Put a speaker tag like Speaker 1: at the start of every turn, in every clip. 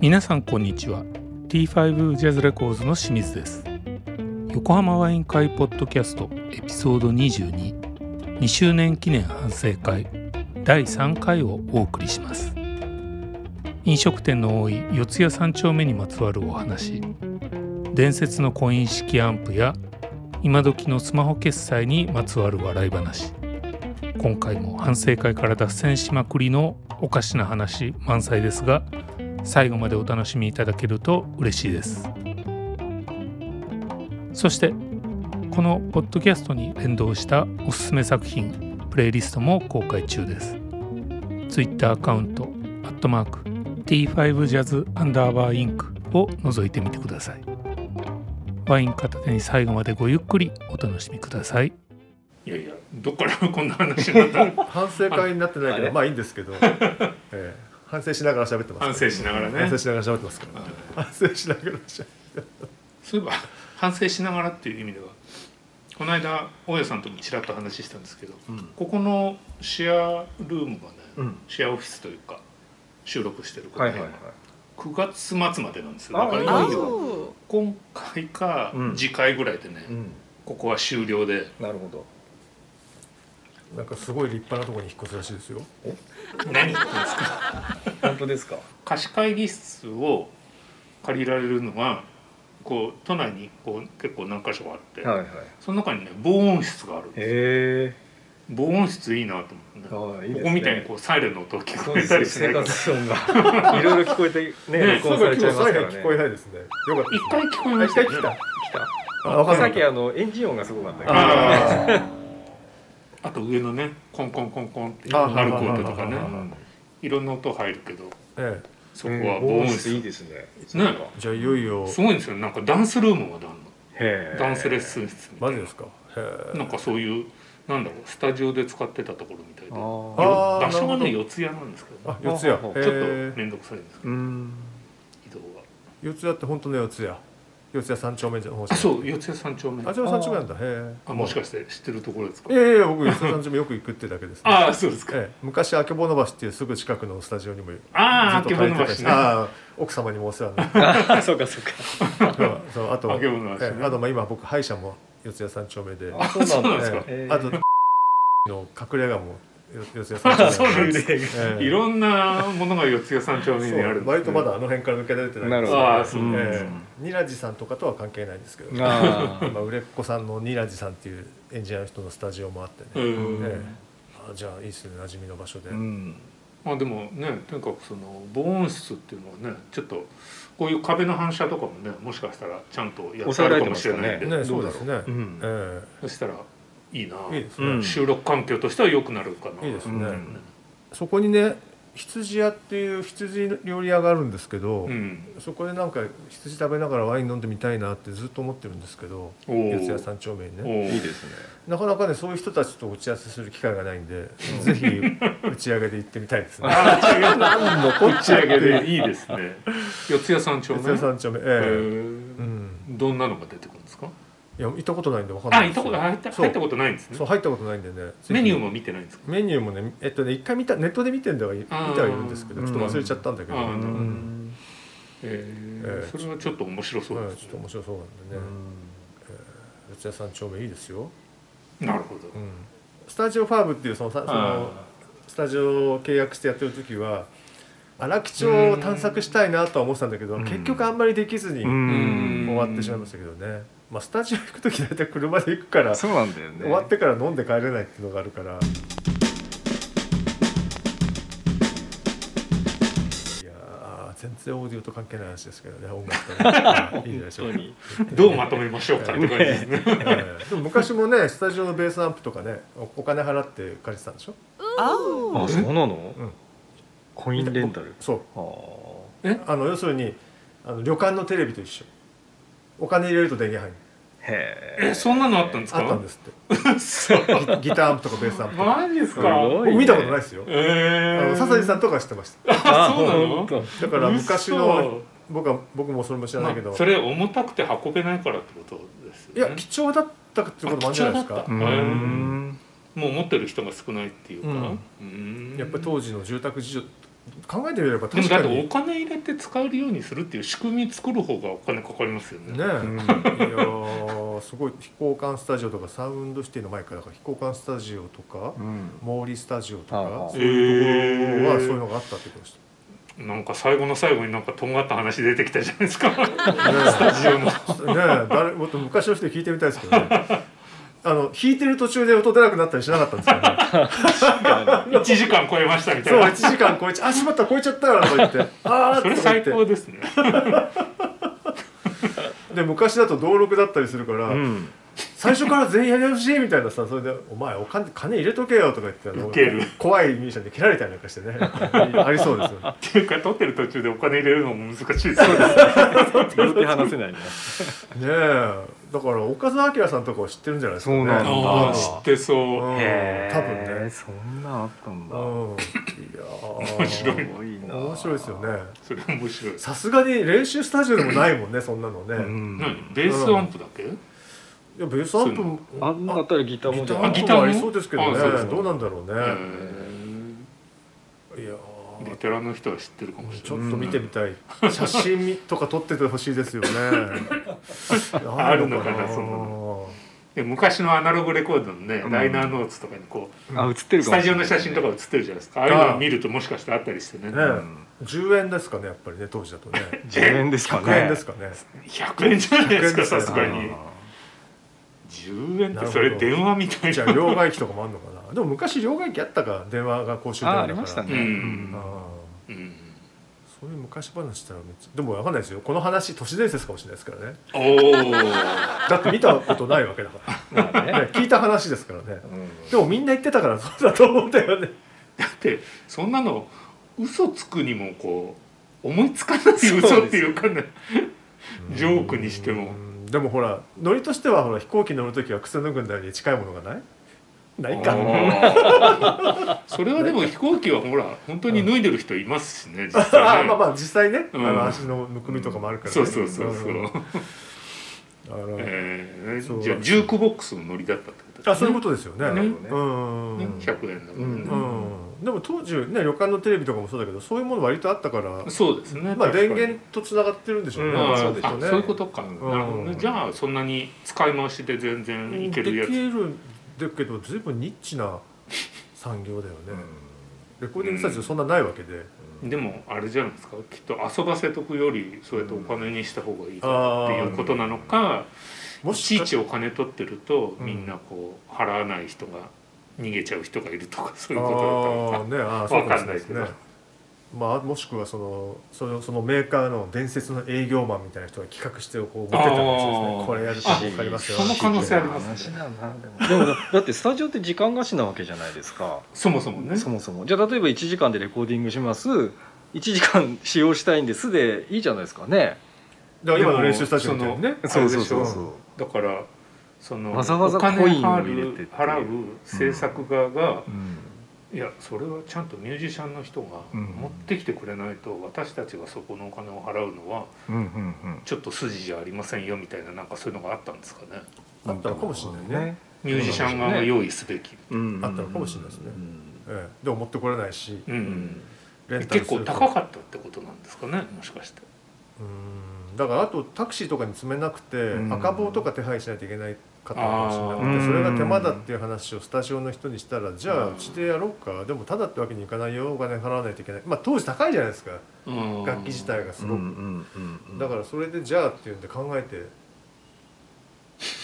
Speaker 1: 皆さんこんにちは T5 ジャズレコーズの清水です横浜ワイン会ポッドキャストエピソード222 2周年記念反省会第3回をお送りします飲食店の多い四谷三丁目にまつわるお話伝説のコイン式アンプや今時のスマホ決済にまつわる笑い話今回も反省会から脱線しまくりのおかしな話満載ですが最後までお楽しみいただけると嬉しいですそしてこのポッドキャストに連動したおすすめ作品プレイリストも公開中です Twitter アカウント「@t5jazz_inc」を覗いてみてくださいワイン片手に最後までごゆっくりお楽しみくださいいやいやどっからこんな話になったの
Speaker 2: 反省会になってないけどまあいいんですけど、 ええ反省しながら喋ってます
Speaker 1: 反省しながらね
Speaker 2: 反省しながら喋ってますから反省しながら喋って
Speaker 1: そういえば反省しながらっていう意味ではこの間大家さんともちらっと話したんですけど、
Speaker 2: うん
Speaker 1: ここのシェアルームがね、
Speaker 2: うん
Speaker 1: シェアオフィスというか収録してるこ
Speaker 2: は
Speaker 1: れ
Speaker 2: い
Speaker 1: ね、
Speaker 2: はいはい
Speaker 1: 9月末までなんですよ
Speaker 2: あ
Speaker 1: だからい
Speaker 2: あ
Speaker 1: よいよ
Speaker 3: お
Speaker 1: 今回か
Speaker 2: うん
Speaker 1: 次回ぐらいでね、
Speaker 2: うん
Speaker 1: ここは終了で
Speaker 2: なるほどなんかすごい立派なところに引っ越すらしいですよ
Speaker 1: 何言ってんですか
Speaker 4: 本当ですか。
Speaker 1: 貸し会議室を借りられるのがこう都内にこう結構何箇所かあって、
Speaker 4: はいはい。
Speaker 1: その中にね防音室があるんですよ
Speaker 4: へ
Speaker 1: 防音室いいなと思ってね
Speaker 4: え。ああいいですね。
Speaker 1: ここみたいにこうサイレンの音聞
Speaker 4: そ
Speaker 1: こ
Speaker 4: う
Speaker 1: え
Speaker 4: です
Speaker 1: たりしない
Speaker 4: よ生
Speaker 1: から
Speaker 4: 活音がいろいろ聞こえて
Speaker 1: ね
Speaker 4: ね録
Speaker 2: そう
Speaker 4: 音
Speaker 2: か
Speaker 4: されち
Speaker 2: 今
Speaker 4: ゃい
Speaker 2: 日
Speaker 4: ます
Speaker 2: サイ
Speaker 4: か
Speaker 2: レン
Speaker 4: らね。
Speaker 2: 聞こえないですねよかっ
Speaker 1: 一回聞こえ
Speaker 2: た
Speaker 1: ま
Speaker 2: 一
Speaker 1: した
Speaker 2: 回
Speaker 1: よね
Speaker 2: 来た
Speaker 4: 来
Speaker 2: あわか
Speaker 4: た。
Speaker 2: んな
Speaker 4: さ
Speaker 2: い
Speaker 4: っきあのエンジン音がすごかったけど。
Speaker 2: あ
Speaker 1: あと上のねコンコンコンコンって
Speaker 2: ああ
Speaker 1: 鳴る音とかね
Speaker 2: ああ
Speaker 1: いろんな音入るけど
Speaker 2: ええ
Speaker 1: そこは
Speaker 4: ボ
Speaker 1: 防音
Speaker 4: ーンスいい
Speaker 1: 室
Speaker 4: ですね。
Speaker 1: ね
Speaker 2: じゃあいよいよ
Speaker 1: すごいんですよなんかダンスルームまである
Speaker 4: へえ。
Speaker 1: のダンスレッスン室みた
Speaker 2: マ
Speaker 1: い
Speaker 2: ジ
Speaker 1: な
Speaker 2: ですかへえ
Speaker 1: なんかそういうなんだろうスタジオで使ってたところみたいでよ
Speaker 4: ああ。
Speaker 2: あー
Speaker 1: 場所が
Speaker 2: な
Speaker 1: ね
Speaker 2: る
Speaker 1: 四谷なんですけど
Speaker 2: あ
Speaker 1: ね
Speaker 2: 四ツ谷
Speaker 4: ち
Speaker 2: へ
Speaker 4: ょっ
Speaker 1: ち
Speaker 4: と
Speaker 1: ょっと
Speaker 2: え
Speaker 1: 面倒くさいんですけ
Speaker 2: う
Speaker 1: ど
Speaker 2: ん
Speaker 1: 移動が
Speaker 2: 四ツ谷って本当の四ツ谷四ツ谷三丁目の方じ
Speaker 1: あ
Speaker 2: ゃ
Speaker 1: そう四谷三丁目
Speaker 2: あちら三丁目なんだへえ
Speaker 1: あもしかして知ってるところですか
Speaker 2: いやいや僕四谷三丁目よく行くってだけです、ね、
Speaker 1: ああそうですか
Speaker 2: ええ、昔あけぼの橋っていうすぐ近くのスタジオにもずっ
Speaker 1: あああ
Speaker 2: と
Speaker 1: け
Speaker 2: 通っ
Speaker 1: ぼの
Speaker 2: てた
Speaker 1: 橋
Speaker 2: し、
Speaker 1: ねあ
Speaker 2: ああ奥様にもお世話にな っ
Speaker 4: そうかそうか。
Speaker 2: てそうあと
Speaker 1: けぼの橋
Speaker 2: ええ
Speaker 1: ね
Speaker 2: あとまあ今僕歯医者も四谷三丁目で
Speaker 4: あそうなんですか。
Speaker 2: ええ
Speaker 4: へえ
Speaker 2: あと の隠れ家もよ四谷三丁 目
Speaker 1: そうなんで
Speaker 2: です
Speaker 1: いろんなものが四谷三丁目にあるんですね
Speaker 2: 割とまだあの辺から抜け出てない
Speaker 4: なるほど
Speaker 1: ああそう
Speaker 2: え
Speaker 1: なんです
Speaker 2: えニラジさんとかとは関係ないんですけど
Speaker 4: ああ
Speaker 2: 今売れっ子さんのニラジさんっていうエンジニアの人のスタジオもあってね、
Speaker 1: うん
Speaker 2: ええあじゃあいいですね馴染みの場所で、
Speaker 4: うん。
Speaker 1: まあでもねとにかくその防音室っていうのはねちょっとこういう壁の反射とかもねもしかしたらちゃんとやってあるかもしれないんで、
Speaker 2: ね、
Speaker 1: ど
Speaker 2: そうう
Speaker 1: だ
Speaker 2: で
Speaker 1: ろ
Speaker 2: す
Speaker 1: う
Speaker 2: ね、
Speaker 4: うん
Speaker 2: え
Speaker 1: そしたらいいな
Speaker 2: えいいです
Speaker 4: う
Speaker 2: ね、
Speaker 4: ん
Speaker 1: 収録環境としては良くなるかな、
Speaker 2: いいです
Speaker 4: ね
Speaker 1: うん
Speaker 2: そこにね羊屋っていう羊料理屋があるんですけど、
Speaker 1: うん
Speaker 2: そこでなんか羊食べながらワイン飲んでみたいなってずっと思ってるんですけど
Speaker 1: おー
Speaker 2: 四谷三丁目に
Speaker 1: お
Speaker 2: ね
Speaker 1: ー
Speaker 4: いいですね。
Speaker 2: なかなかねそういう人たちと打ち合わせする機会がない んで、ぜひ打ち上げで行ってみたいですね
Speaker 1: ああ違う
Speaker 2: 何のこ
Speaker 1: 打ち上げでいいですね四谷三丁
Speaker 2: 四
Speaker 1: 目
Speaker 2: 谷三丁目ええ
Speaker 1: へえ
Speaker 2: うん
Speaker 1: どんなのが出てくるんですか
Speaker 2: いや行ったことないんで分かん
Speaker 1: あ
Speaker 2: ない
Speaker 1: 行
Speaker 2: ん
Speaker 1: っ
Speaker 2: です
Speaker 1: たこと入った入
Speaker 2: よそう
Speaker 1: ったことないんです
Speaker 2: そ
Speaker 1: ね
Speaker 2: う入ったことないんでねぜひ
Speaker 1: メニューも見てないんですか
Speaker 2: メニューもねえっとね一回見たネットで見てんだが見てはいるんですけど
Speaker 4: あー
Speaker 2: ちょっと忘れちゃったんだけど、
Speaker 1: う
Speaker 2: うん
Speaker 1: んう
Speaker 4: うん。
Speaker 1: え
Speaker 2: え
Speaker 1: ー、
Speaker 2: え
Speaker 1: それはちょっと面白そう
Speaker 2: はい
Speaker 1: で
Speaker 2: ち
Speaker 1: す
Speaker 2: ょっ
Speaker 1: ね
Speaker 2: と、面白そうなんでね、四谷三丁目いいですよ、
Speaker 1: なるほど、
Speaker 2: うん、スタジオファーブっていうそのさその
Speaker 1: あ
Speaker 2: スタジオを契約してやってる時は荒木町を探索したいなとは思ってたんだけど、
Speaker 4: うん
Speaker 2: 結局あんまりできずに
Speaker 4: う
Speaker 2: 終
Speaker 4: ん。
Speaker 2: わってしまいましたけどね、まあ、スタジオ行く時大体車で行くから
Speaker 4: そうなんだよね。
Speaker 2: 終わってから飲んで帰れないっていうのがあるから。いやー全然オーディオと関係ない話ですけどね音 楽とねいいんじゃないでしょうか、
Speaker 1: どうまとめましょうかって感じです ね。
Speaker 2: ええでも昔もねスタジオのベースアンプとかねおお金払って借りてたんでしょ
Speaker 3: お
Speaker 4: あそうなの
Speaker 2: うん？
Speaker 4: コインレンタル。
Speaker 2: そう
Speaker 4: ああ。
Speaker 2: あの要するにあの旅館のテレビと一緒お金入れると電源入る
Speaker 4: へえ。
Speaker 1: え、そんなのあったんですか。
Speaker 2: あったんですって
Speaker 1: す。そう。
Speaker 2: ギギターアンプとかベースアンプとか
Speaker 1: マジです
Speaker 4: す
Speaker 1: か。
Speaker 4: ごい、
Speaker 2: 僕
Speaker 4: ね。
Speaker 2: 見たことない
Speaker 4: い。
Speaker 2: ですよ、
Speaker 1: え
Speaker 2: あ
Speaker 1: え
Speaker 2: の
Speaker 1: ー。
Speaker 2: 笹井さんとかは知ってました
Speaker 4: あ
Speaker 1: そうなの
Speaker 4: 本当
Speaker 2: だから昔の
Speaker 1: 嘘
Speaker 2: 僕は僕もそれも知らないけど、
Speaker 1: まあそれ重たくて運べないからってことですよ
Speaker 2: い
Speaker 1: ね。
Speaker 2: や貴重だったってこともあるんじゃないです
Speaker 1: あ貴重だ
Speaker 2: か
Speaker 1: った
Speaker 4: う
Speaker 1: うん
Speaker 4: ん。
Speaker 1: もう持ってる人が少ないっていうか。
Speaker 2: うん
Speaker 1: うん
Speaker 2: やっぱり当時の住宅事情考えてみれば
Speaker 1: でも
Speaker 2: 確
Speaker 1: だ
Speaker 2: か
Speaker 1: って
Speaker 2: に
Speaker 1: お金入れて使えるようにするっていう仕組み作る方がお金かかりますよね
Speaker 2: ねえ、
Speaker 4: ん
Speaker 2: いやーすごい飛行館スタジオとかサウンドシティの前からだから飛行館スタジオとか、
Speaker 4: うん
Speaker 2: 毛利スタジオと
Speaker 4: はいは
Speaker 2: か
Speaker 4: い
Speaker 2: そういうところはそういうのがあったってことでし
Speaker 1: なんか最後の最後になんかとんがった話出てきたじゃないです か
Speaker 2: た、ねえ
Speaker 1: スタジオの
Speaker 2: ねえ誰 もっと昔の人に聞いてみたいですけどねあの弾いてる途中で音出なくなったりしなかったんですよね
Speaker 1: 1時間超えましたみた
Speaker 2: そう
Speaker 1: い
Speaker 2: 1
Speaker 1: な
Speaker 2: 時間超えちゃあしまった超えちゃったからとか言ってああ
Speaker 1: それ最高ですね
Speaker 2: で昔だと登録だったりするから、
Speaker 4: うん
Speaker 2: 最初から全員やりほしいみたいなさそれで「お前お金金入れとけよ」とか言ってあの
Speaker 1: ウケる
Speaker 2: 怖いミュージシャンで蹴られたりなんかしてね ありそうですよね
Speaker 1: っていうか撮ってる途中でお金入れるのも難しいですよね
Speaker 4: 両手離せないな
Speaker 2: ねえだから岡澤明さんとかを知ってるんじゃないですかね
Speaker 4: そうなんだ
Speaker 1: ああ知ってそううん
Speaker 2: 多分ね
Speaker 4: そんなあったんだ
Speaker 2: うんいや面
Speaker 1: 面白
Speaker 4: すごいな
Speaker 2: 面白いですよね
Speaker 1: それ面白い
Speaker 2: さすがに練習スタジオでもないもんねそんなのね、
Speaker 4: う
Speaker 2: い
Speaker 4: ん
Speaker 1: 何ベースアンプだけ
Speaker 2: やベースアップも
Speaker 4: あんなだったらギターもじゃ
Speaker 1: あ
Speaker 4: ん
Speaker 1: ギ
Speaker 2: ギ
Speaker 1: タ
Speaker 2: タ
Speaker 1: ーも
Speaker 2: ーもありそうですけどね
Speaker 1: あそうです
Speaker 2: どうなんだろうね、
Speaker 1: ベ
Speaker 2: いやー
Speaker 1: テランの人は知ってるかもし
Speaker 2: ち
Speaker 1: れ
Speaker 2: ょ
Speaker 1: ない
Speaker 2: っと見てみたい、写真みとか撮っててほしいです よね
Speaker 1: あるのかなそんなで昔のアナログレコードのね
Speaker 4: うん
Speaker 1: ライナーノーツとかにこ
Speaker 4: あ映っ
Speaker 1: う
Speaker 4: てる
Speaker 1: ス
Speaker 4: か
Speaker 1: タ
Speaker 4: もし
Speaker 1: ジオ
Speaker 4: れな
Speaker 1: の
Speaker 4: い
Speaker 1: 写真とか映ってるじゃないですかああいうのを見るともしかしてあったりしてね
Speaker 2: ね
Speaker 4: うん
Speaker 2: 10円ですかねやっぱりね当時だとね
Speaker 4: 10円ですかね
Speaker 2: 100円ですかね
Speaker 1: 100円じゃないですか
Speaker 2: 100円ですね
Speaker 1: さすがに
Speaker 4: あ
Speaker 1: 10円ってそれ電話みたい
Speaker 2: じ
Speaker 1: な
Speaker 2: ゃあ両替機とかもあるのかなで も昔両替機あったか電話が公衆
Speaker 4: ー
Speaker 2: 電
Speaker 4: あー
Speaker 2: 話だから
Speaker 4: ありましたね
Speaker 1: うん
Speaker 2: あ
Speaker 4: うん
Speaker 2: ー
Speaker 1: うん
Speaker 2: そういう昔話したらめっちゃでもわかんないですよこの話都市伝説かもしれないですからね
Speaker 1: おー
Speaker 2: だって見たことないわけだから
Speaker 4: まあ ね
Speaker 2: ね聞いた話ですからね
Speaker 4: うん
Speaker 2: でもみんな言ってたからそうだと思うんだよね
Speaker 1: だってそんなの嘘つくにもこう思いつかない嘘っていうかね ジョークにしても
Speaker 2: うんでもほらノリとしてはほら飛行機乗る時は靴脱ぐんだよに近いものがないないか
Speaker 1: あーそれはでも飛行機はほら本当に脱いでる人いますしね実
Speaker 2: あ
Speaker 1: 際
Speaker 2: ーまあ
Speaker 1: ね
Speaker 2: まあ実際ね、
Speaker 1: うん
Speaker 2: あの足のむくみとかもあるから、ね
Speaker 1: そうそうそうそ
Speaker 2: ん
Speaker 1: う
Speaker 2: あの
Speaker 1: え
Speaker 2: そ
Speaker 1: ー
Speaker 2: う
Speaker 1: じゃあジュークボックスのノリだったってこと
Speaker 2: あそういうことですよね
Speaker 1: ね
Speaker 2: うん、
Speaker 1: ね100円だもんね
Speaker 2: うん、でも当時ね旅館のテレビとかもそうだけどそういうもの割とあったから、
Speaker 1: そうですね
Speaker 2: まあ、
Speaker 1: 確かに
Speaker 2: 電源とつながってるんでしょうね、
Speaker 4: うん
Speaker 1: あ
Speaker 2: そう
Speaker 1: ー
Speaker 2: でし
Speaker 1: あ
Speaker 2: ょうね
Speaker 1: そういうことかなる
Speaker 2: ん
Speaker 1: ほどねじゃあそんなに使い回しで全然いけるや
Speaker 2: でき
Speaker 1: つ
Speaker 2: るんだけど随分ニッチな産業だよね、レコーディングスタジオそんなないわけで、
Speaker 1: でもあれじゃないですかきっと遊ばせとくよりそうやってお金にした方がいいかっていうことなのか
Speaker 2: も
Speaker 1: いち
Speaker 2: し
Speaker 1: い
Speaker 2: か
Speaker 1: ちお金取ってると
Speaker 2: うん
Speaker 1: みんなこう払わない人が逃げちゃう人がいるとかそういうことだ
Speaker 2: あ
Speaker 1: っ
Speaker 2: あねああ
Speaker 1: わかんないですけ
Speaker 2: け
Speaker 1: ど
Speaker 2: どまあ、もしくはそのそのそのメーカーの伝説の営業マンみたいな人が企画してこう持ってたんです
Speaker 1: あ
Speaker 2: ね
Speaker 1: ー
Speaker 2: これやると儲かりますよ
Speaker 1: あその可能性ありますね
Speaker 4: 話だなでもでもだってスタジオって時間貸しなわけじゃないですか
Speaker 1: たそもそもね
Speaker 4: そもそもじゃあ例えば1時間でレコーディングします1時間使用したいんですでいいじゃないですかね
Speaker 2: だから今の練習スタジオみたいに
Speaker 1: で
Speaker 2: ね
Speaker 1: もそのあれでしょ
Speaker 2: そう
Speaker 1: だからその
Speaker 4: わざわざ
Speaker 1: お金
Speaker 4: コインを
Speaker 1: 払
Speaker 4: 入れてっていう
Speaker 1: う払う制作側が
Speaker 4: うん
Speaker 1: いやそれはちゃんとミュージシャンの人が
Speaker 4: うん
Speaker 1: 持ってきてくれないと私たちがそこのお金を払うのは
Speaker 4: うんうんうん
Speaker 1: ちょっと筋じゃありませんよみたいななんかそういうのがあったんですかね
Speaker 2: あったのかもしれないね
Speaker 1: ミュージシャン側が用意すべき
Speaker 4: うん
Speaker 2: あったのかもしれないですね
Speaker 4: うん
Speaker 2: ええでも持ってこれないし
Speaker 1: うんうん
Speaker 2: レンタル
Speaker 1: 結
Speaker 2: す
Speaker 1: 構
Speaker 2: ると
Speaker 1: 高かったってことなんですかねもしかして
Speaker 2: うんだからあとタクシーとかに積めなくて
Speaker 4: うん
Speaker 2: 赤棒とか手配しないといけないかったかもしれなく
Speaker 4: あー
Speaker 2: てそれが手間だっていう話をスタジオの人にしたらじゃあうちでやろうかでもただってわけにいかないよお金払わないといけないまあ当時高いじゃないですか楽器自体がす
Speaker 4: うん
Speaker 2: ご
Speaker 4: う
Speaker 2: く
Speaker 4: んうんうん
Speaker 2: だからそれでじゃあっていうんで考えて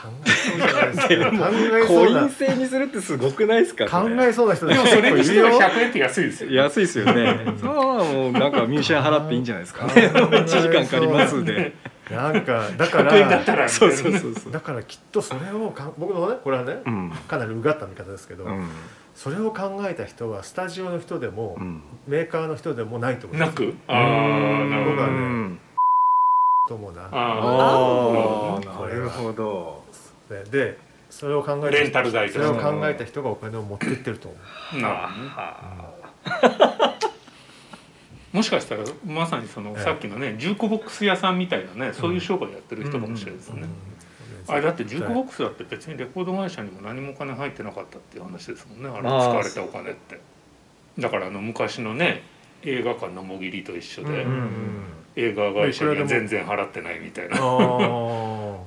Speaker 2: 考えそうじゃないですか考え
Speaker 4: コ
Speaker 2: そう
Speaker 4: イ
Speaker 2: な
Speaker 4: ン制にするってすごくないですかそれ
Speaker 2: 考えそうな人
Speaker 1: でもそれにしては100円って安いですよ
Speaker 4: 安いですよね そうもうなんかミュージシャン払っていいんじゃないです かね1時間借りますで
Speaker 2: なんかだか
Speaker 1: 100円だっ
Speaker 2: ら
Speaker 1: たらみた
Speaker 4: そ
Speaker 1: いうなね
Speaker 4: そうそうそう
Speaker 2: だからきっとそれをか僕のねこれはね
Speaker 4: うん
Speaker 2: かなりうがった見方ですけど、
Speaker 4: うん
Speaker 2: それを考えた人はスタジオの人でも、
Speaker 4: うん
Speaker 2: メーカーの人でもないと思う
Speaker 1: なくああなるほ
Speaker 2: 僕
Speaker 1: ど
Speaker 2: は
Speaker 1: ね
Speaker 2: ねと思うな
Speaker 1: あ
Speaker 4: あ
Speaker 2: あ
Speaker 4: あなるほど
Speaker 2: ででそれを考えた
Speaker 1: レンタル代
Speaker 2: そ
Speaker 1: と
Speaker 2: れ
Speaker 1: か
Speaker 2: を考えた人がお金を持ってってると思う
Speaker 1: あなるほどね もしかしたらまさにその
Speaker 2: ええ
Speaker 1: さっきのねジュークボックス屋さんみたいなねそういう商売やってる人かもしれないです
Speaker 2: うん
Speaker 1: ねあれだってジュークボックスだって別にレコード会社にも何もお金入ってなかったっていう話ですもんねあれ使
Speaker 4: あー
Speaker 1: われたお金ってだからあの昔のね映画館のもぎりと一緒で、
Speaker 2: うん
Speaker 1: 映画会社には全然払ってないみたいな
Speaker 2: ああ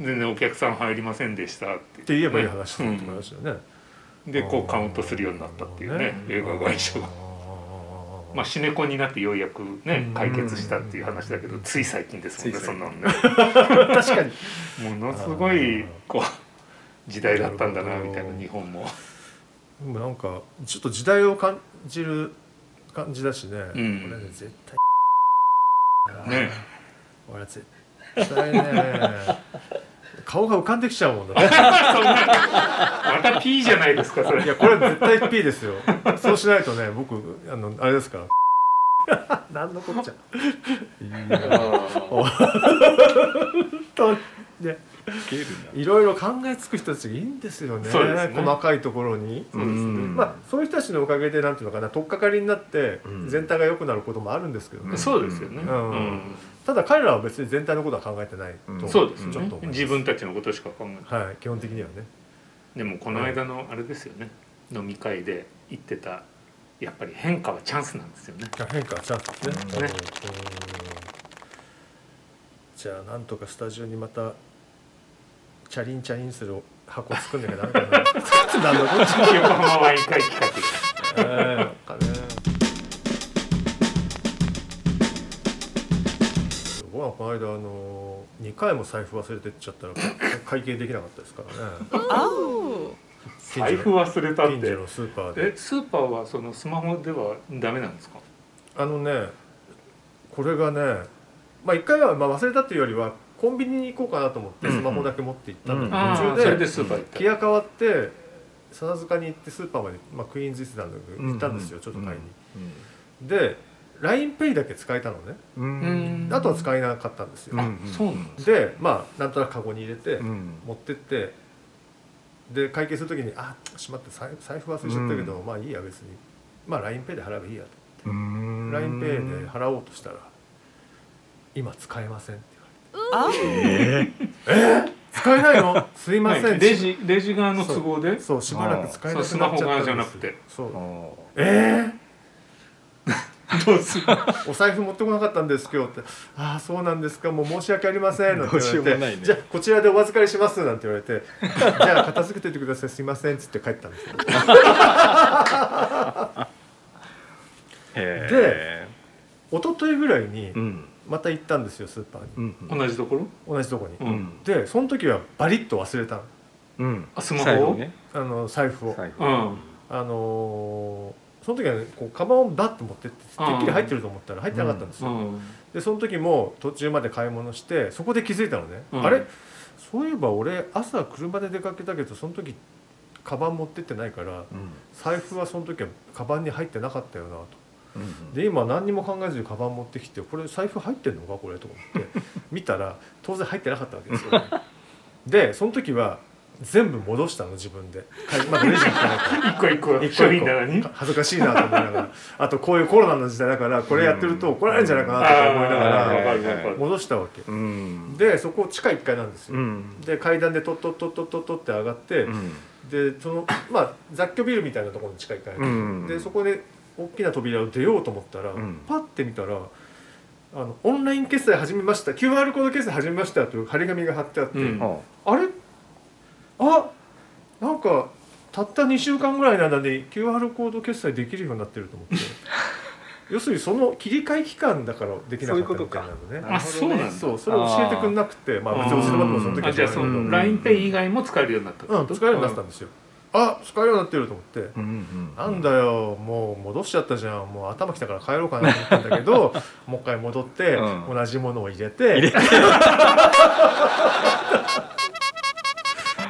Speaker 1: 全然お客さん入りませんでしたって
Speaker 2: って言えばいい話だ
Speaker 1: う
Speaker 2: と
Speaker 1: ん
Speaker 2: 思いますよね、
Speaker 1: でこうカウントするようになったっていうね映画会社が。まあ、シネコンになってようやくね
Speaker 2: うん
Speaker 1: 解決したっていう話だけどつい最近ですもんね
Speaker 4: つい
Speaker 1: そんな
Speaker 4: 最
Speaker 1: のね
Speaker 2: 確かに
Speaker 1: ものすごいこう時代だったんだ
Speaker 2: な
Speaker 1: な
Speaker 2: るほ
Speaker 1: み
Speaker 2: ど
Speaker 1: たいな日本も
Speaker 2: でもなんかちょっと時代を感じる感じだしね、
Speaker 1: うん
Speaker 2: 俺ね絶対
Speaker 1: ね
Speaker 2: 俺は絶対ね顔が浮かんできちゃうもんだって
Speaker 1: また P じゃないですかそれ
Speaker 2: いやこれ絶対 P ですよそうしないとね僕あのあれですから 何のこっちゃいや本当にねいろいろ考えつく人たちがいいんですよね
Speaker 1: そうですね
Speaker 2: 細かいところに、
Speaker 1: そうですね
Speaker 2: まあそういう人たちのおかげでなんていうのかな取っかかりになって
Speaker 4: うん
Speaker 2: 全体が良くなることもあるんですけどね、
Speaker 4: ん
Speaker 1: そうですよね、う
Speaker 2: うん
Speaker 1: ん
Speaker 2: ただ彼らは別に全体のことは考えてないと、
Speaker 4: うん
Speaker 1: そうです
Speaker 2: ちょっ
Speaker 1: ね
Speaker 2: と思います
Speaker 1: 自分たちのことしか考えない
Speaker 2: はい基本的にはね
Speaker 1: でもこの間のあれですよね、飲み会で言ってたやっぱり変化はチャンスなんですよね
Speaker 2: 変化はチャンスですね
Speaker 1: ね
Speaker 2: うんじゃあなんとかスタジオにまたチャリンチャリンする箱作んなきゃダメか ななんだこっち
Speaker 1: 横浜ワイン会企画
Speaker 2: えーなんかね僕はこの間あの2回も財布忘れてっちゃったら会計できなかったです からね
Speaker 1: 財布忘れたっ
Speaker 2: 近所
Speaker 1: て
Speaker 2: のスーパー
Speaker 1: え
Speaker 2: で
Speaker 1: スーパーはそのスマホではダメなんですか
Speaker 2: あのねこれがねまあ1回はまあ忘れたっていうよりはコンビニに行こうかなと思って
Speaker 4: うん
Speaker 2: スマホだけ持って行ったの、
Speaker 4: うん
Speaker 1: あーそ
Speaker 2: 途中
Speaker 1: れ
Speaker 2: で
Speaker 1: でスーパー行った、
Speaker 2: 気が変わって笹塚に行ってスーパーまで、まあ、クイーンズイスランドに行ったんですよ、ちょっと買いに、で l i n e イだけ使えたのね
Speaker 4: うん
Speaker 1: うん
Speaker 2: あとは使えなかったんですよ、
Speaker 4: うん
Speaker 1: あそうなんですか
Speaker 2: でまあなんとなくカゴに入れて、
Speaker 4: うん
Speaker 2: 持ってってで会計する時に「あしまって財財布忘れちゃったけど、まあいいや別にまあ l i n e イで払えばいいや」と
Speaker 4: うん
Speaker 2: l i n e イで払おうとしたら「今使えません」って
Speaker 4: え
Speaker 2: 言われて「使えない のすいません」
Speaker 1: はいレジレジ側の都合で
Speaker 2: そうしばらく使えなくなっちゃ
Speaker 1: そう
Speaker 2: ったんです
Speaker 1: スマホ側じゃなくて
Speaker 2: そう
Speaker 4: ー
Speaker 2: え
Speaker 1: どうする
Speaker 2: ー、お財布持ってこなかったんです今日って「ああそうなんですかもう申し訳ありません」なんて
Speaker 4: どうし
Speaker 2: 言
Speaker 4: よ
Speaker 2: わ
Speaker 4: うも
Speaker 2: れて、
Speaker 4: ないね
Speaker 2: じゃあこちらでお預かりします」なんて言われて 「じゃあ片付けていてくださいすいません」っつって帰ったんですよ
Speaker 4: へ
Speaker 2: 一昨日ぐらいに
Speaker 4: ーうん
Speaker 2: また行ったんですよスーパーに、
Speaker 4: うんうん
Speaker 1: 同じところ
Speaker 2: 同じとこに、
Speaker 1: うん
Speaker 2: でその時はバリッと忘れたの
Speaker 4: うん
Speaker 1: あスマ
Speaker 4: 財
Speaker 1: ホを
Speaker 4: 布ね
Speaker 2: あの財布を
Speaker 4: 財布
Speaker 1: うん
Speaker 2: あのーその時は、ね、こうカバンをバッと持ってっててっきり入ってると思ったら入ってなかったんです
Speaker 1: う
Speaker 2: よ、
Speaker 1: ん
Speaker 2: でその時も途中まで買い物してそこで気づいたのね、
Speaker 1: うん
Speaker 2: あれそういえば俺朝車で出かけたけどその時カバン持ってってないから
Speaker 4: うん
Speaker 2: 財布はその時はカバンに入ってなかったよなと
Speaker 4: うん
Speaker 2: で今何にも考えずにカバン持ってきてこれ財布入ってんのかこれと思って 見たら当然入ってなかったわけですよ、ね、でその時は全部戻したの自分で、はいまあ、レジ行ってないから
Speaker 1: 一個一個
Speaker 2: 一個
Speaker 1: 商
Speaker 2: 一
Speaker 1: 品
Speaker 2: 個
Speaker 1: 棚に
Speaker 2: 恥ずかしいなと思いながらあとこういうコロナの時代だからこれやってると怒られるんじゃないかなとか思いなが
Speaker 1: あーわ
Speaker 2: ら
Speaker 1: かるわかる
Speaker 2: 戻したわけ
Speaker 4: うん
Speaker 2: でそこ地下1階なんです
Speaker 4: う
Speaker 2: よ
Speaker 4: ん
Speaker 2: で階段でトットットットットットって上がってでそのまあ雑居ビルみたいなところの地下1階なんですよ
Speaker 4: うん
Speaker 2: でそこで大きな扉を出ようと思ったら、
Speaker 4: うん
Speaker 2: パッて見たらあの「オンライン決済始めました QR コード決済始めました」という張り紙が貼ってあって、
Speaker 1: うん
Speaker 4: あ
Speaker 2: あれあなんかたった2週間ぐらいの間で QR コード決済できるようになってると思って要するにその切り替え期間だからできなかったみたいなのね
Speaker 4: か
Speaker 1: あそうなんだ
Speaker 2: そうそれを教えてくんなくてまあ別に教えてもらってもその時
Speaker 1: あ
Speaker 2: は
Speaker 1: じゃあ
Speaker 2: 知
Speaker 1: そ
Speaker 2: らないけど
Speaker 1: の LINEPay 以外も使えるようになったってこ
Speaker 2: うん
Speaker 1: と
Speaker 2: 使えるようになったんですよ、あ使えるようになってると思って、
Speaker 4: うんうん
Speaker 2: なんだよもう戻しちゃったじゃんもう頭きたから帰ろうかなと思ったんだけどもう一回戻って、
Speaker 4: うん
Speaker 2: 同じものを入れて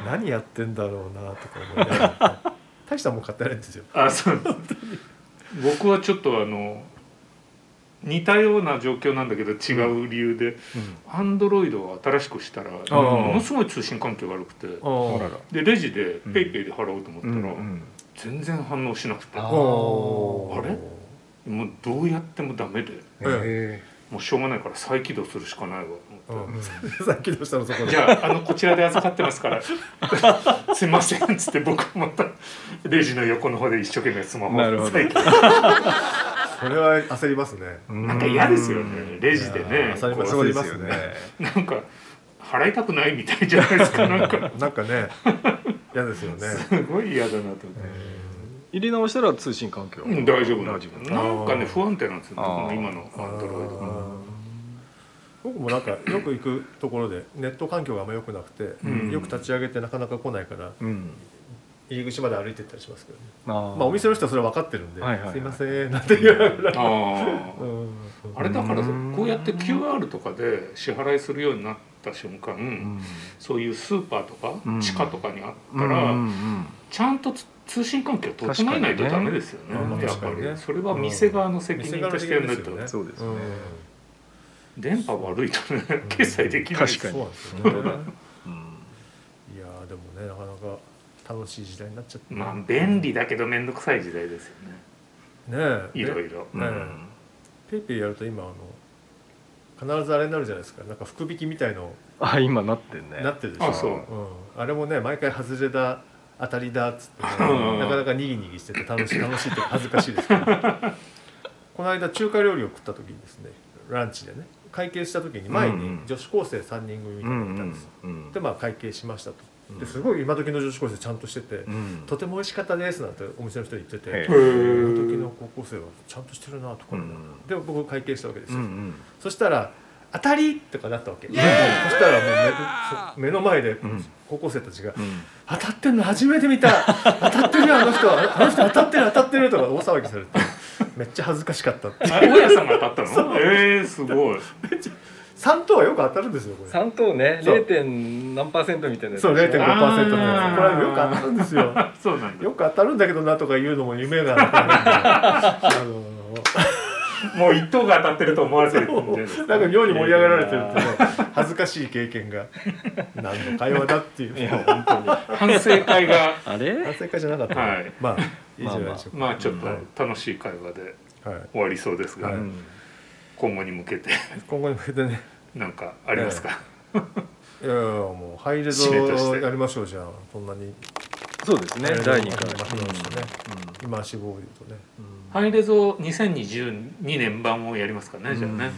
Speaker 2: 何やってんだろうなとか思いながら大したもん買ってないんですよ
Speaker 1: あそう僕はちょっとあの似たような状況なんだけど違う理由でアンドロイドを新しくしたらものすごい通信環境が悪くて
Speaker 4: あ
Speaker 2: あ
Speaker 4: らら
Speaker 1: でレジで
Speaker 4: うん
Speaker 1: PayPay で払おうと思った
Speaker 4: うんう
Speaker 1: ら
Speaker 4: ん
Speaker 1: 全然反応しなくて
Speaker 4: あ
Speaker 1: も
Speaker 2: あ
Speaker 1: あれうどうやってもダメで
Speaker 4: へ
Speaker 1: もうしょうがないから再起動するしかないわと思って。
Speaker 4: ー
Speaker 2: さっきどうしたのそこで
Speaker 1: じゃああのこちらで預かってますから すいませんっつって僕はまたレジの横の方で一生懸命スマホ
Speaker 4: なるほど
Speaker 1: 再起動
Speaker 2: それは焦りますね
Speaker 1: なんか嫌ですよねレジで
Speaker 2: いや
Speaker 1: ね
Speaker 2: ー焦り
Speaker 1: こ
Speaker 2: ます
Speaker 4: そうですよね
Speaker 1: うなんか払いたくないみたいじゃないです かなんか
Speaker 2: なんかね嫌ですよね
Speaker 1: すごい嫌だなと思って。
Speaker 4: 入れ直したら通信環境、
Speaker 1: うん大丈夫な
Speaker 4: 大
Speaker 1: ん
Speaker 4: 丈夫
Speaker 1: なんかね不安定なんですよ
Speaker 4: あー
Speaker 1: 今のアンドロイド
Speaker 2: あー僕もなんかよく行くところでネット環境があんま良くなくて、
Speaker 1: うん
Speaker 2: よく立ち上げてなかなか来ないから
Speaker 4: うん
Speaker 2: 入り口まで歩いてったりしますけどね
Speaker 4: あー
Speaker 2: まあお店の人はそれ分かってるんで「
Speaker 4: はいはいはい
Speaker 2: すいません」なんて言われ
Speaker 1: ああ
Speaker 2: う
Speaker 1: ー
Speaker 2: ん
Speaker 1: あれだから
Speaker 4: うん
Speaker 1: こうやって QR とかで支払いするようになった瞬間、
Speaker 4: うん
Speaker 1: そういうスーパーとか
Speaker 4: うん
Speaker 1: 地下とかにあっ
Speaker 4: う
Speaker 1: た
Speaker 4: ん
Speaker 1: ら、
Speaker 4: うん
Speaker 1: ちゃんとつ通信環境を整えないと
Speaker 4: 確か
Speaker 1: ダ
Speaker 4: にね
Speaker 1: メですよね
Speaker 2: う
Speaker 1: や
Speaker 2: ん
Speaker 1: っぱ
Speaker 2: 確かにね
Speaker 1: りそれは店側の責任としてやんないと、
Speaker 2: 店側の責任
Speaker 4: うん
Speaker 2: です
Speaker 4: そうです
Speaker 2: う
Speaker 4: ね、
Speaker 2: ん
Speaker 1: 電波悪いとね、
Speaker 2: ん
Speaker 1: 決済できないです
Speaker 4: 確かに
Speaker 2: そうなんですよね
Speaker 4: 本当だうん
Speaker 2: いやーでもねなかなか楽しい時代になっちゃって
Speaker 1: まあ
Speaker 2: ね
Speaker 1: 便利だけど面倒くさい時代ですよね
Speaker 2: え
Speaker 1: いろいろ、
Speaker 2: ねペイペイやると今あの必ずあれになるじゃないですかなんか福引きみたいの
Speaker 4: あ今なってんね
Speaker 2: なってるでしょ、
Speaker 1: あそうん
Speaker 2: あれもね毎回外れだ当たりだっつって、ね
Speaker 1: うん
Speaker 2: なかなかにぎにぎしてて楽しい楽しいって恥ずかしいですけど この間中華料理を食った時にですねランチでね会計した時に前
Speaker 4: うん
Speaker 2: に
Speaker 4: うん
Speaker 2: 女子高生3人組みたいなのがいたんですよ、
Speaker 4: うん
Speaker 2: でまあ会計しましたと
Speaker 4: うん
Speaker 2: ですごい今時の女子高生ちゃんとしてて、
Speaker 4: うん
Speaker 2: とても美味しかったですなんてお店の人に言ってて、
Speaker 4: へえ
Speaker 2: 今時の高校生はちゃんとしてるなとか、
Speaker 4: うん
Speaker 2: で僕会計したわけです
Speaker 4: う
Speaker 2: よ、
Speaker 4: ん
Speaker 2: そしたら「当たり!」とかなったわけそしたらもう目目の前で
Speaker 4: ん
Speaker 2: 高校生たちが「
Speaker 4: うん
Speaker 2: 当たってんの初めて見た当たってるよあの人あの人当たってる当たってる」とか大騒ぎされてめっちゃ恥ずかしかったって
Speaker 1: あ大家さんが当たったのえー、すごい
Speaker 2: 3等はよく当たるんですよこれ
Speaker 4: 3等ね
Speaker 2: そう
Speaker 4: 0. 点何パーセントみたいなやつ
Speaker 2: そう0.5%の
Speaker 1: あ
Speaker 2: やつこれ
Speaker 1: ー
Speaker 2: はよく当たるんですよ
Speaker 1: そうなんだ
Speaker 2: よく当たるんだけどなとか言うのも夢があったんであ
Speaker 1: もう一等が当たってると思わせる
Speaker 2: のなんか妙に盛り上がられてるっていうのは恥ずかしい経験が何の会話だっていう
Speaker 4: いや本当に
Speaker 1: 反省会が
Speaker 4: あ
Speaker 2: 反
Speaker 4: れ
Speaker 2: 省会じゃなかったな、
Speaker 1: はい
Speaker 2: ま あいいじゃないでしょうか、
Speaker 1: まあちょっと楽しい会話で
Speaker 2: はい、
Speaker 1: 終わりそうですが、
Speaker 2: はい
Speaker 4: うん
Speaker 1: 今後に向けて
Speaker 2: 今後に向けてね
Speaker 1: なんかありますか、
Speaker 2: いやいやもうハイレ
Speaker 1: 締めとし
Speaker 2: ゾ
Speaker 1: て
Speaker 2: やりましょうじゃあこんなに
Speaker 4: そうですね
Speaker 2: ハイレゾ
Speaker 4: 第2
Speaker 2: やりましょう
Speaker 4: 回
Speaker 2: ね、今志望で言うとね
Speaker 1: ハイレゾ2022年版をやりますかね、じゃあね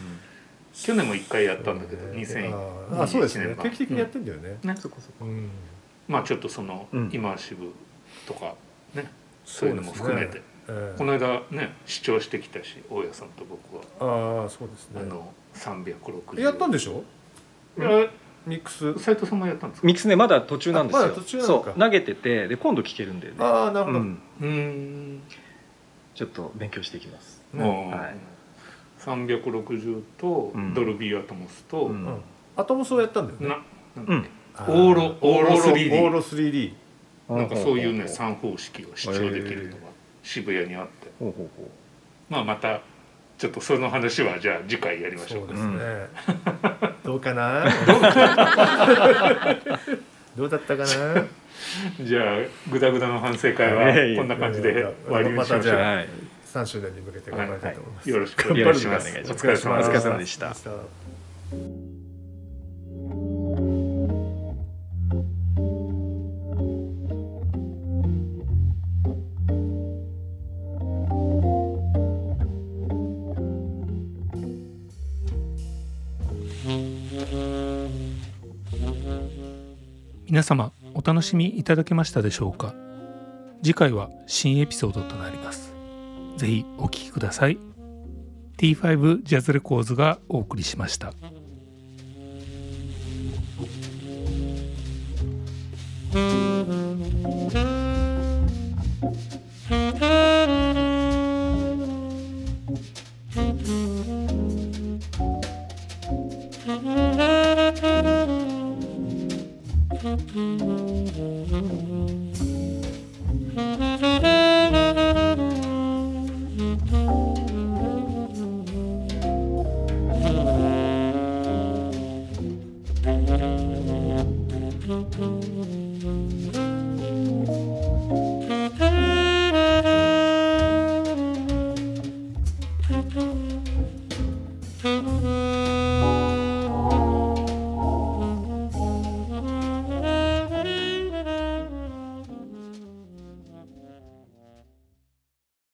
Speaker 1: 去年も1回やったんだけど、2000
Speaker 2: あーあそうですね
Speaker 1: 2021年
Speaker 2: 定期的にやってんだよね、
Speaker 1: ね
Speaker 4: そこそこ
Speaker 2: うん
Speaker 1: まあちょっとその、
Speaker 4: うん
Speaker 1: イマーシブとかねそういうのも含めて、
Speaker 2: ええ
Speaker 1: この間ね視聴してきたし大家さんと僕は、
Speaker 2: ああそうですね
Speaker 1: あの360
Speaker 2: えやったん
Speaker 1: で
Speaker 2: でしょミックス
Speaker 1: 斉藤さんもやったんですか
Speaker 4: ミックスねまだ途中なんですよ
Speaker 2: あまだ途中なのか
Speaker 4: そう投げててで今度聞けるんだよね
Speaker 2: ああなるほ
Speaker 4: う
Speaker 2: ど、
Speaker 4: ん
Speaker 1: うーん
Speaker 4: ちょっと勉強していきます
Speaker 1: もう、
Speaker 4: はい
Speaker 1: 360と
Speaker 4: うん
Speaker 1: ドルビーアトモスと、
Speaker 4: うん
Speaker 2: うんアトムスをやったんだよね
Speaker 1: ななんだ
Speaker 4: う
Speaker 1: っ
Speaker 4: ん
Speaker 1: けオーロオーロ 3D
Speaker 2: オーロ 3D
Speaker 1: なんかそういうね
Speaker 4: ほ
Speaker 1: 三方式を主張できるのが渋谷にあって、
Speaker 4: ほうほうほう
Speaker 1: まあまたちょっとその話はじゃあ次回やりましょ
Speaker 2: そうう
Speaker 1: か
Speaker 2: で
Speaker 4: ね
Speaker 2: すね、どうかなどうだったかな
Speaker 1: じゃあグダグダの反省会
Speaker 4: いやい
Speaker 1: は
Speaker 4: や
Speaker 1: こんな感じで終わりにし
Speaker 2: また
Speaker 1: まし
Speaker 2: じ
Speaker 1: ょ
Speaker 2: ゃ
Speaker 1: う
Speaker 2: あ
Speaker 4: はい
Speaker 2: 3周年に向けて頑張りたいと思います、
Speaker 1: よろしく
Speaker 4: よろしくお願いします
Speaker 1: お疲れ様
Speaker 4: お
Speaker 1: で
Speaker 4: 疲
Speaker 1: す
Speaker 4: れ様でした
Speaker 2: た
Speaker 5: 皆様お楽しみいただけましたでしょうか次回は新エピソードとなりますぜひお聞きください T5 ジャズレコーズがお送りしました
Speaker 6: 「